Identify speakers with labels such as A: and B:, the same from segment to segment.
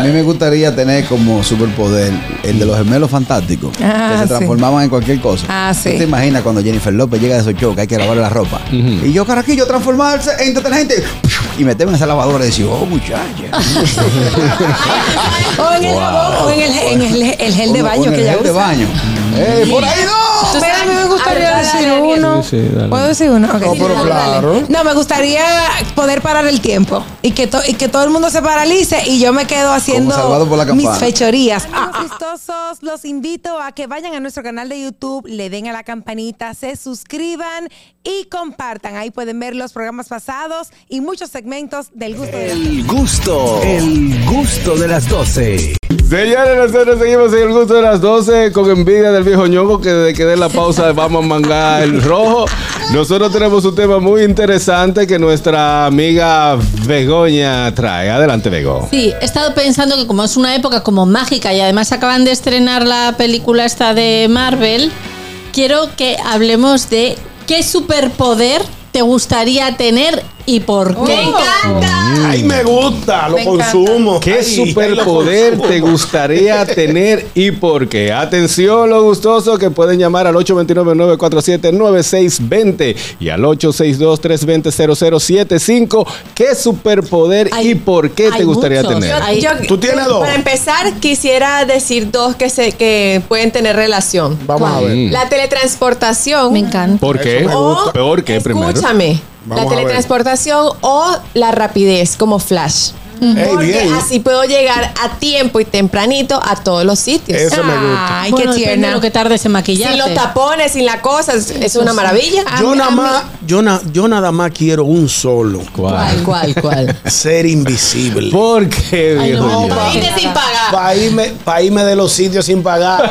A: mí me gustaría tener como superpoder el de los gemelos fantásticos
B: Ah,
A: que se
B: sí.
A: transformaban en cualquier cosa.
B: Ah, sí.
A: ¿Tú te imaginas cuando Jennifer López llega de su show que hay que lavarle la ropa? Y yo, Caraquillo, transformarse en detergente y meterme en esa lavadora y decir, oh, muchacha.
B: O en el jabón, o en el, en el- el gel de
A: O- o
B: baño
A: en el
B: que ella
A: gel de
B: usa.
A: baño. ¡Ey, por ahí no!
B: Tú sabes, a mí me gustaría
C: Arreglar la
B: decir
C: área.
B: uno.
D: Sí, sí, dale.
B: ¿Puedo decir uno? Ok.
A: No, pero
B: Dale.
A: claro.
B: No, me gustaría poder parar el tiempo y que, to- y que todo el mundo se paralice y yo me quedo haciendo
A: Salvado por la
B: mis
A: Campana.
B: fechorías. Ah, Gustosos, los invito a que vayan a nuestro canal de YouTube, le den a la campanita, se suscriban y compartan. Ahí pueden ver los programas pasados y muchos segmentos del gusto de
E: El gusto, el gusto de las 12.
D: Señores, nosotros seguimos en el gusto de las 12 con envidia del viejo ñongo que desde que dé la pausa vamos a mangar el rojo. Nosotros tenemos un tema muy interesante que nuestra amiga Begoña trae. Adelante, Bego.
C: Sí, he estado pensando que como es una época como mágica y además acaban de estrenar la película esta de Marvel, quiero que hablemos de qué superpoder te gustaría tener y por
B: Oh.
C: qué.
F: Ay, me gusta, lo
B: Me encanta.
F: consumo.
D: ¿Qué
F: Ay,
D: superpoder
F: ay, lo
D: te
F: consumo.
D: gustaría tener y por qué? Atención, los gustosos que pueden llamar al 829-947-9620 y al 862-320-0075. ¿Qué superpoder
C: Hay-
D: y por qué te
C: hay
D: gustaría
C: muchos.
D: tener?
C: Hay-
F: Tú tienes dos.
G: Para empezar, quisiera decir dos que, se, que pueden tener relación.
F: Vamos a ver.
D: Mm.
G: La teletransportación.
C: Me encanta.
D: ¿Por qué?
F: Eso me
C: Oh,
G: O,
D: ¿Por qué primero?
G: Escúchame.
F: Vamos a
G: la
F: ver.
G: teletransportación o la rapidez como flash.
F: Ey,
G: Porque
F: bien.
G: así puedo llegar a tiempo y tempranito a todos los sitios.
F: Eso me gusta.
B: Ay,
C: Bueno,
B: qué
C: depende
B: tierna.
C: de lo que tardes en maquillarte.
G: sin los tapones, sin la cosa, es, es una
C: sí.
G: maravilla.
F: Yo
G: A mí-
F: nada
G: a mí-
F: más, yo, na- yo nada más quiero un solo.
D: ¿Cuál?
C: ¿Cuál, cuál, cuál?
F: Ser invisible.
D: ¿Por qué,
C: Ay,
D: viejo
C: no,
D: Dios?
C: pa-
G: Gente sin pagar.
F: Para irme, pa' irme de los sitios sin pagar.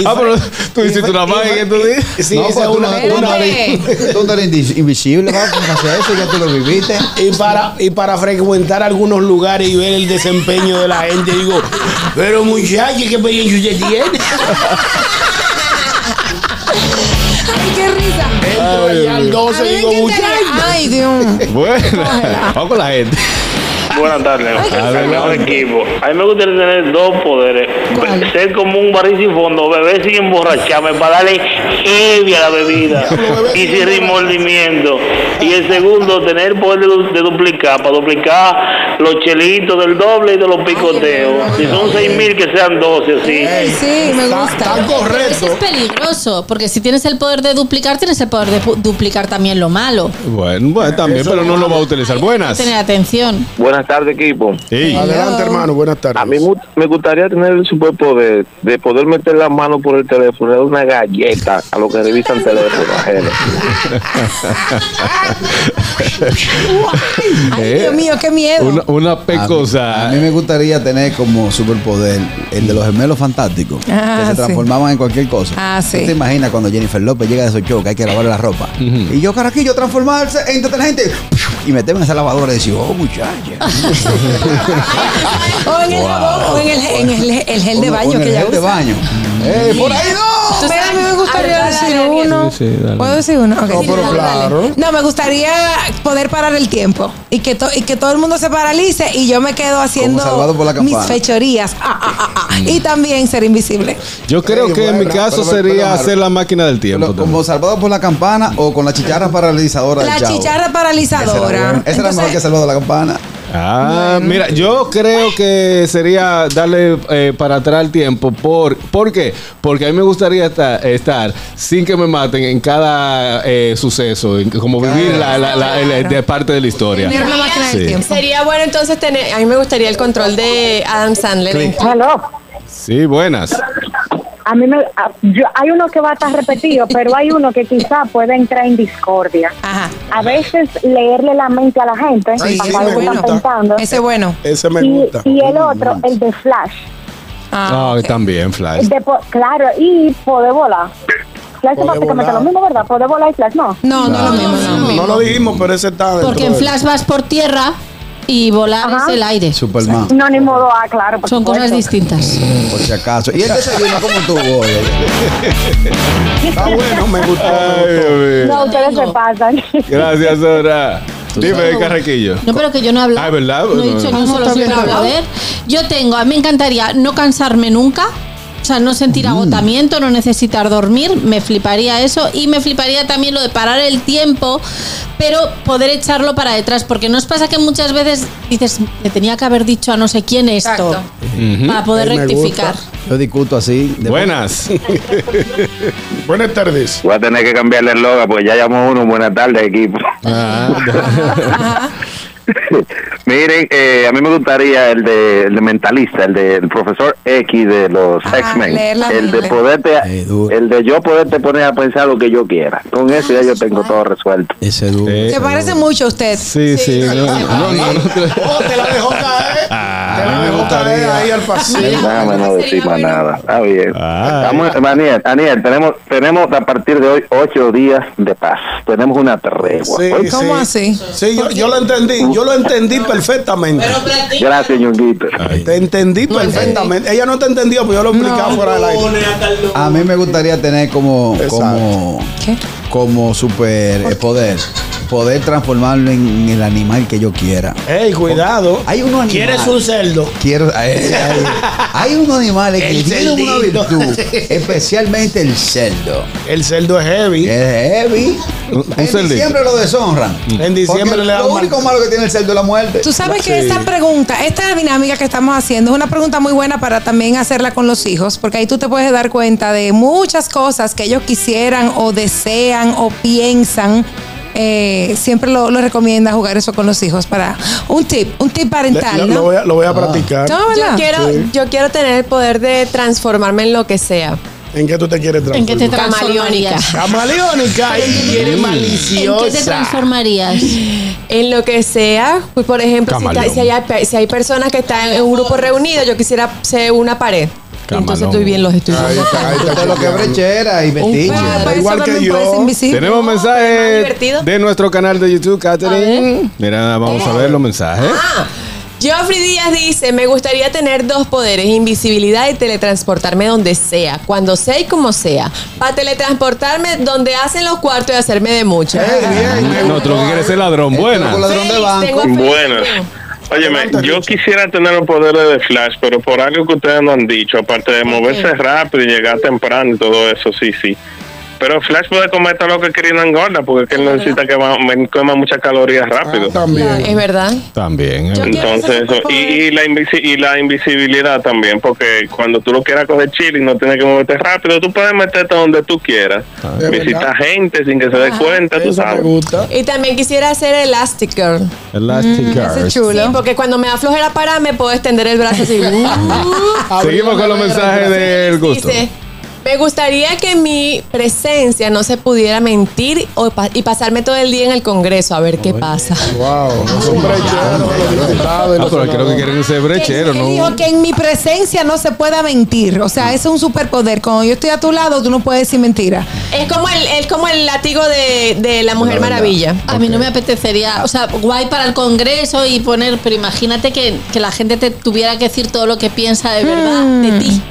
F: Y
D: Ah,
F: fe-
D: pero tú
F: y
D: hiciste
F: fe-
D: una
F: y
D: magia
F: fe-
D: que tú dices.
F: y- Sí,
A: No,
F: hice
A: pues tú
F: una,
A: no- tú
F: una
A: no-
F: vez.
A: Tú no eres indi- invisible, ¿verdad? ¿Cómo haces eso? Ya tú lo viviste.
F: Y para, y para frecuentar algunos lugares y ver el desempeño de la gente, digo, pero muchachos, ¿qué experiencia usted tiene?
B: ¡Ay, qué risa!
F: Entro allá al
B: A
F: 12
B: mí me
F: digo,
B: encantaría-
F: muchachos.
B: Ay, Dios.
D: Bueno, vamos con la gente.
H: Buenas tardes. El mejor equipo. A mí me gustaría tener dos poderes.
C: ¿Cuál?
H: Ser como un barril sin fondo, beber sin emborracharme para darle heavy a la bebida y sin remordimiento. Y el segundo, tener el poder de, du- de duplicar, para duplicar los chelitos del doble y de los picoteos. Si son seis mil, que sean 12, sí.
B: Ay, sí, me
F: Está-
B: gusta.
F: está
C: Eso es
F: correcto.
C: peligroso, porque si tienes el poder de duplicar, tienes el poder de pu- duplicar también lo malo.
D: Bueno, bueno, también, pero no lo va a utilizar. Buenas.
C: Tener atención.
I: Buenas tardes, equipo.
D: Sí.
F: Adelante, hermano, buenas tardes.
I: A mí mu- me gustaría tener el superpoder de poder meter la mano por el teléfono, dar una galleta a los que revisan teléfono ajeno.
B: Ay,
D: Eh,
B: Dios mío, qué miedo.
D: Una, una
A: A
D: pecosa.
A: mí, a mí me gustaría tener como superpoder el de los gemelos fantásticos
B: Ah,
A: que se
B: sí.
A: transformaban en cualquier cosa.
B: Ah, sí.
A: ¿Tú te imaginas cuando Jennifer López llega de su show que hay que lavarle la ropa? Y yo, Caraquillo, transformarse en detergente y meterme en esa lavadora y decir, oh, muchacha.
B: O Oh, en el jabón, o en el, en el- el gel de
A: O- o
B: baño
A: en
B: que
A: el
B: ella
A: gel
B: usa.
A: de baño. ¡Ey, por ahí no!
B: Pero a mí me gustaría
G: Arreglar
B: decir
G: la área.
B: uno.
D: Sí, sí, dale.
B: ¿Puedo decir uno? Ok.
F: No, pero claro.
B: No, me gustaría poder parar el tiempo y que, to- y que todo el mundo se paralice y yo me quedo
A: Salvado
B: haciendo
A: por la
B: mis
A: Campana.
B: fechorías. Ah, ah, ah, ah. Y también ser invisible.
D: Yo creo
F: Ey,
D: que en mi
F: buena,
D: caso
F: pero- pero,
D: sería
F: Maru-
D: hacer la máquina del tiempo.
A: Lo-
D: también.
A: como salvado por la campana o con la chicharra paralizadora
B: La
A: del chavo.
B: chicharra paralizadora.
A: Esa era mejor que
B: Entonces,
A: salvado la campana.
D: Ah, mira, yo creo que sería darle eh, para atrás el tiempo. Por, ¿Por qué? Porque a mí me gustaría estar, estar sin que me maten en cada eh, suceso, en- como vivir la, la- la- el- el- de parte de la historia.
B: Tener una máquina del
D: Sí.
B: tiempo.
G: Sería bueno entonces tener, a mí me gustaría el control de Adam Sandler.
J: Aló.
D: Sí, buenas.
J: A mí me, a- yo, hay uno que va a estar repetido, pero hay uno que quizá puede entrar en discordia.
B: Ajá.
J: A veces leerle la mente a la gente
F: Ay, sí,
J: para
F: me
J: lo que están
F: gusta.
J: pensando.
B: Ese bueno.
F: Ese me
J: Y,
F: gusta. Mm.
J: y el otro, el de Flash.
B: Ah,
D: Ah,
B: ok.
D: también, Flash.
J: El de po- claro, y poder volar. Flash es
F: Poder
J: básicamente
F: volar.
J: lo mismo, ¿verdad? Poder volar y Flash, no.
B: No, no lo mismo. no.
F: No lo dijimos, pero ese está dentro
C: Porque en
F: de-
C: Flash vas por tierra y volar
J: Ajá.
C: es el aire.
A: Superman,
J: No, ni modo A, claro. por
C: Son cosas
J: supuesto.
C: distintas.
A: por si acaso. Y el desayuno, ¿cómo tú, oye?
F: Está bueno, me gustó. me
D: Ay,
F: gustó.
D: Dios mío.
J: No, ustedes se pasan.
D: Gracias, Sora.
A: tú
D: Dime,
A: sabes.
D: Carrequillo.
C: No, pero que yo no he hablado.
D: Ah, ¿verdad?
C: No he dicho ni un
D: Ajá,
C: solo
D: está
C: sí,
D: bien,
C: pero
D: está
C: a
D: bien.
C: ver. Yo tengo, a mí me encantaría no cansarme nunca. O sea, no sentir
D: Mm.
C: agotamiento, no necesitar dormir, me fliparía eso y me fliparía también lo de parar el tiempo, pero poder echarlo para detrás, porque nos pasa que muchas veces dices, le tenía que haber dicho a no sé quién esto, para poder rectificar.
A: Yo discuto así.
D: Buenas.
F: Buenas tardes.
I: Voy a tener que cambiarle el logo porque ya llamó uno. Buenas tardes, equipo.
D: Ah,
I: Miren, eh, a mí me gustaría el de, el de mentalista, el del profesor X de los X-Men.
B: Ah, leer la
I: El de
B: mente.
I: poderte, el de yo poderte poner a pensar lo que yo quiera. Con
B: Ah,
I: eso ya yo tengo todo resuelto.
A: Ese duro.
B: Se parece mucho a usted.
D: Sí, sí. No, no, no, no Ah, te-
F: Oh, te la Ah, dejó caer. te la dejó caer ahí al pasillo.
I: Déjame no decir más nada. Está bien. Vamos, Aniel, Aniel, tenemos, tenemos a partir de hoy ocho días de paz. Tenemos una tregua. Hoy-
F: ¿Cómo
B: así?
F: Sí, yo, yo lo entendí, yo lo entendí perfectamente.
I: Gracias, Ñonguito.
F: Te entendí perfectamente. Ella no te entendió, pero yo lo explicaba fuera del aire.
A: A mí me gustaría tener como como como super eh, poder poder transformarlo en, en el animal que yo quiera.
F: Ey, cuidado.
A: Hay unos animales.
F: ¿Quieres un cerdo?
A: Quiero ay, ay, hay unos animales que
F: El
A: tienen una
F: celdito.
A: virtud, especialmente el cerdo.
F: El cerdo es heavy.
A: Es heavy.
D: Un
A: En
D: celdito.
A: diciembre lo deshonran.
F: En diciembre
A: Porque
F: le dan
A: lo
F: mal-
A: único malo que tiene el cerdo es la muerte.
B: Tú sabes que esta pregunta, esta dinámica que estamos haciendo es una pregunta muy buena para también hacerla con los hijos, porque ahí tú te puedes dar cuenta de muchas cosas que ellos quisieran o desean o piensan. Eh, siempre lo, lo recomienda jugar eso con los hijos para un tip, un tip
F: Le-
B: parental,
F: lo, lo
B: ¿no?
F: voy a, lo voy a practicar.
B: No,
G: Yo
B: ¿verdad?
G: quiero, yo quiero tener el poder de transformarme en lo que sea.
F: ¿En qué tú te quieres
C: ¿En qué te
F: transformar?
C: transformarías?
F: Camaleónica y eres
C: ¿En qué te
F: maliciosa.
C: transformarías?
G: En lo que sea, pues, por ejemplo, si, está-
D: Camaleón.
G: si hay, pe- si hay personas que están en un grupo reunido, yo quisiera ser una pared. Entonces
D: Camaleón.
G: estoy bien, los estoy
F: Ahí
G: viendo.
F: está, ahí está.
A: Usted lo que es brechera y metiche.
B: Ah, para
F: Igual
B: eso
F: que
B: también
F: yo.
B: puede ser invisible.
D: Tenemos
G: pero es más
D: mensajes
G: divertido. Eh.
D: de nuestro canal de YouTube, Catherine. Mira, vamos a ver los mensajes.
G: Ah, Geoffrey Díaz dice, me gustaría tener dos poderes, invisibilidad y teletransportarme donde sea, cuando sea y como sea. Para teletransportarme donde hacen los cuartos y hacerme de mucho.
D: No, tú lo que quieres es ladrón.
F: este
D: Buena.
A: Con ladrón de
G: Félix,
A: banco.
G: tengo a Félix.
I: Buenas. Óyeme, yo quisiera tener los poderes de Flash, pero por algo que ustedes no han dicho, aparte de moverse rápido y llegar temprano y todo eso, sí, sí. Pero Flash puede comer todo lo que quiera y no engorda, porque es que él no necesita que va- me- coma muchas
F: Ah,
I: calorías rápido.
G: Es verdad.
D: También. es
G: Yo
D: verdad.
G: quiero
I: Entonces,
G: hacer
I: eso. Y,
G: superpoder.
I: y la invisi- y la invisibilidad también, porque cuando tú lo quieras coger chile y no tienes que moverte rápido, tú puedes meterte donde tú quieras.
F: Es
I: Visitar
F: verdad.
I: gente sin que se dé cuenta, tú
F: Eso me
I: sabes.
F: gusta.
G: Y también quisiera hacer Elastigirl. Mm,
D: Elastic
B: Ese es
D: Girls.
G: Sí,
B: chulo.
G: porque cuando me da flojera parar, me puedo extender el brazo así.
D: Seguimos con los mensajes del gusto.
G: Dice, me gustaría que mi presencia no se pudiera mentir o pa- y pasarme todo el día en el Congreso a ver qué pasa.
F: Wow. Son
B: Ah,
F: brecheros, los diputados y
D: Ah,
F: los
D: pero creo que
F: senadores.
D: quieren ser brechero,
B: Él dijo
D: ¿no?
B: que en mi presencia no se pueda mentir. O
F: Mm.
B: sea, eso es un superpoder. Cuando yo estoy a tu lado, tú no puedes decir mentira.
G: Es como el, es como el látigo de, de la Mujer Maravilla.
C: A mí no me apetecería, o sea, guay para el Congreso y poner, pero imagínate que, que la gente te tuviera que decir todo lo que piensa de verdad de ti.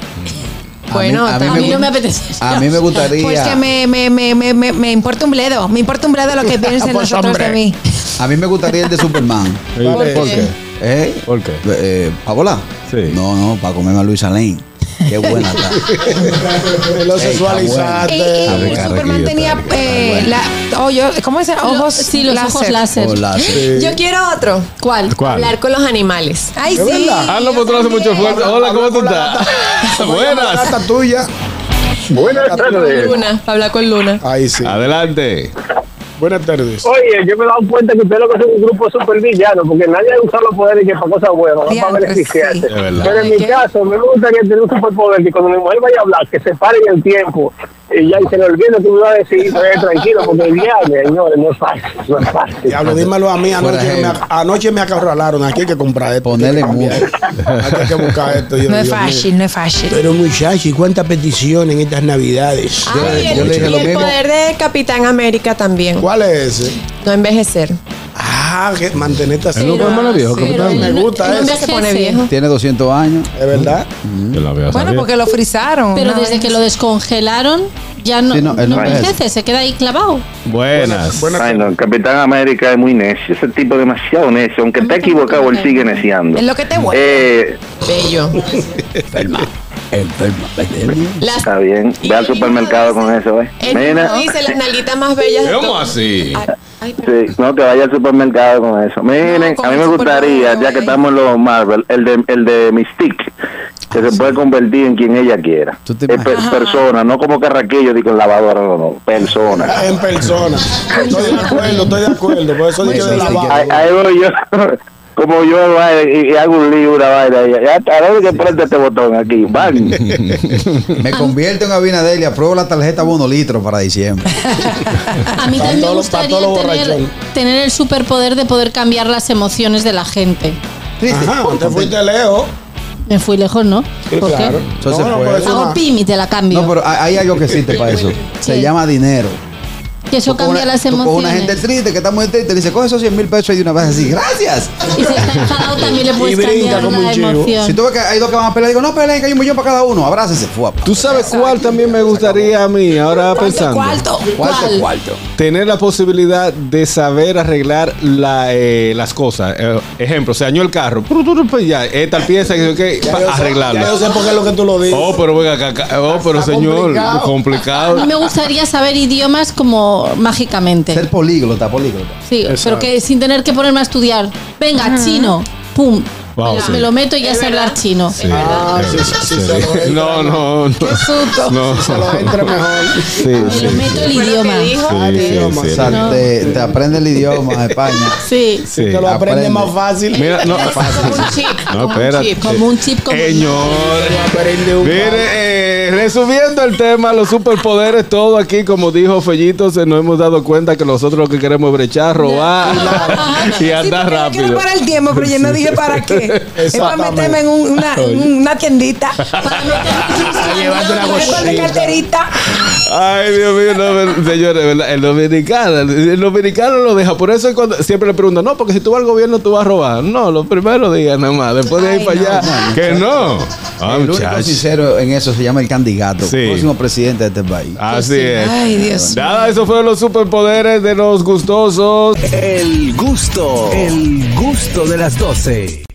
G: Bueno,
A: a
C: A mí
A: gu-
C: no me apetece.
A: A mí me gustaría.
B: Pues que me, me, me, me, me, me importa un bledo. Me importa un bledo lo que piensen
F: Pues,
B: nosotros de
F: hombre.
B: mí.
A: A mí me gustaría el de Superman.
D: Eh, ¿Por qué?
A: ¿Eh?
D: ¿Por qué?
A: ¿Para volar?
D: Sí.
A: No, no, para comerme a Luisa Lane. Qué buena está.
F: Lo eh,
A: está
F: sexualizaste.
B: Y, y
A: A ver,
B: Superman
D: Carraquillo,
B: tenía
D: Carraquillo,
B: eh,
A: está
B: la, oh, yo- ¿cómo se llama? Ojos.
C: Lo- sí, los ojos láser.
A: Hola, sí.
G: Yo quiero otro.
C: ¿Cuál?
D: ¿Cuál?
G: Hablar con los animales.
B: Ay,
F: ¿Es
B: sí.
F: verdad?
D: Ah, no, pues tú lo haces mucho fuerte. Hola, ¿cómo tú estás?
F: La
D: Buenas.
F: gata tuya.
I: Buenas
G: Luna, hablar con Luna.
F: Ahí sí.
D: ah. Adelante.
F: Buenas tardes.
I: Oye, yo me he dado cuenta que ustedes lo que son un grupo súper villano, porque nadie ha usado los poderes que para cosas buenas, no para
B: Diantre,
I: beneficiarse.
B: sí.
D: Es verdad.
I: Pero en mi caso, me gustaría tener un superpoder que cuando mi mujer vaya a hablar, que se pare en el tiempo y ya y se le olvide que me iba a decir, pero es tranquilo, porque el día, señores, no es fácil, no es fácil.
F: Diablo, dímelo a mí.
A: Fuera
F: Anoche
A: heavy.
F: me, anoche me acorralaron. Aquí hay que comprar esto.
A: Ponerle
F: hay que cambiar
A: música.
F: esto, Aquí hay que buscar esto. Yo,
B: No es
F: Dios mío.
B: fácil, no es fácil.
F: Pero muchachos, ¿y cuántas peticiones en estas navidades?
G: Ay,
A: yo
F: Ajá, Ah, que mantenerte así.
D: Es lo que más viejo que
F: Pero
D: me
F: me
D: gusta.
F: gusta
G: no
F: eso.
G: envejece. Se pone viejo.
A: Tiene 200 años.
F: Es verdad.
D: Yo la veo
B: Bueno,
D: así.
B: porque lo frizaron.
C: Pero
B: ¿no?
C: desde que lo descongelaron, ya no,
A: Sí, no,
C: no,
A: él no envejece.
C: envejece, se queda ahí clavado.
D: Buenas.
F: Buena
I: Ay, no, el Capitán América es muy necio. Ese tipo es demasiado necio. Aunque esté equivocado, él sigue neciando.
B: Es lo que te vuelve.
I: Eh,
G: Bello.
A: Enferma. Enferma. enferma.
G: Las,
I: está bien. Ve al supermercado con eso, ¿eh?
G: él
I: Mira.
G: dice las nalguitas más bellas. de
D: ¿Cómo
G: todo.
D: así?
G: Ay, ay,
I: Sí, no, que vaya al supermercado con eso. Miren,
G: No, con
I: a mí
G: el
I: me gustaría,
G: supermercado,
I: ya que
G: eh.
I: estamos en los Marvel, el de, el de Mystique, que
G: Ah,
I: se puede convertir en quien ella quiera.
A: ¿Tú te
I: Es per- persona, no como carraquillo, digo lavadora, no, no, persona.
F: En persona. Estoy de acuerdo, estoy de acuerdo. Por eso dije de la
I: Ahí,
F: baja.
I: ahí voy yo, como yo vaya, y, y hago un libro, una vaina, y ya, ahora hay que prende este botón aquí, van.
C: Ah,
A: Me convierto en Abinadel y apruebo la tarjeta bonolitro para diciembre.
C: A mí
F: Para
C: también me
F: todos los- para
C: gustaría
F: todos los
C: tener,
F: borrachones.
C: tener el superpoder de poder cambiar las emociones de la gente.
A: ¿Viste?
F: Ajá, te fuiste lejos.
C: Me fui lejos, ¿no?
F: Sí,
C: ¿Por qué?
F: claro.
A: Eso se
F: por
A: puede.
F: eso
C: Hago
F: no.
C: pim y te la cambio.
A: No, pero hay hay algo que existe para eso. Se
C: Sí.
A: llama dinero.
C: que eso
A: Con
C: cambia las
A: Con
C: emociones.
A: una gente triste que está muy triste, le dice, coge esos 100 mil pesos y de una vez así, gracias.
C: Y si está enfadado también le
F: Y
C: puedes
F: brinca
C: cambiar
F: como un
C: la
F: chivo.
C: emoción.
A: Si tú ves que hay dos que van a pelear, digo, no peleen, que hay un millón para cada uno. Abrácense, fue.
D: ¿Tú sabes cuál también me gustaría a mí, ahora pensando?
C: ¿Cuarto?
A: Cuarto,
C: ¿Cuál?
A: cuarto.
D: Tener la posibilidad de saber arreglar la, eh, las cosas. Eh, ejemplo, se dañó el carro. Pru, pru, pru, Ya, eh, tal pieza, que, que,
F: Ya
D: pa-
F: yo sé-
D: arreglarlo.
F: ya Yo sé por qué es lo que tú lo dices.
D: Oh, pero venga, acá, acá. oh, pero
F: Está
D: señor,
F: complicado.
C: A mí
D: complicado.
C: me gustaría saber idiomas como mágicamente.
A: Ser políglota, políglota.
C: Sí, pero
D: Exacto.
C: que sin tener que ponerme a estudiar. Venga, chino. Pum.
D: Wow,
C: me, la-
D: sí.
C: me lo meto y ya
G: Es
C: sé
G: verdad.
C: hablar chino.
D: Sí,
F: Ah,
D: eh,
F: sí, sí, sí,
D: sí.
F: se lo entra.
D: No, no, no.
C: susto.
D: No.
F: Se lo entre mejor.
D: Sí,
C: Me
D: sí,
C: lo meto el
G: Fue lo que
C: idioma.
G: dijo.
F: Ah,
D: sí,
F: idioma,
D: sí,
A: O
D: sí.
A: sea,
C: No.
A: te, te aprende el idioma de España.
C: Sí.
D: Sí.
F: Te lo
A: Aprende.
F: aprendes más fácil.
D: Mira, no,
G: Como un chip.
D: no,
G: como un
D: espérate.
G: chip.
C: Como un chip como
D: Señor.
F: Aprende un
D: Mire, eh, resumiendo el tema, los superpoderes, todo aquí, como dijo Fellito, se nos hemos dado cuenta que nosotros lo que queremos es brechar, robar y
B: Sí, porque yo
D: andar
B: quiero
D: rápido.
B: parar el tiempo, pero yo no dije para qué. Es para
F: Exactamente.
B: meterme en un- una, en una tiendita.
C: Para
D: Ah,
C: meterme-
F: llevarte una
B: Para meterme en
F: cosita.
B: carterita.
D: Ay, Dios mío, no, ver- señores, ¿verdad? el dominicano, el dominicano lo deja. Por eso es cuando siempre le preguntan, no, porque si tú vas al gobierno, tú vas a robar. No, los primeros días nada más, después de
B: Ay,
D: ir para
B: no.
D: allá, que no. Ah,
A: el único
D: muchacho.
A: sincero en eso se llama el candidato,
D: Sí.
A: próximo presidente de este país.
D: Así es.
B: Ay, Dios.
D: Nada, esos fueron los superpoderes de los gustosos.
K: El gusto, el gusto de las doce.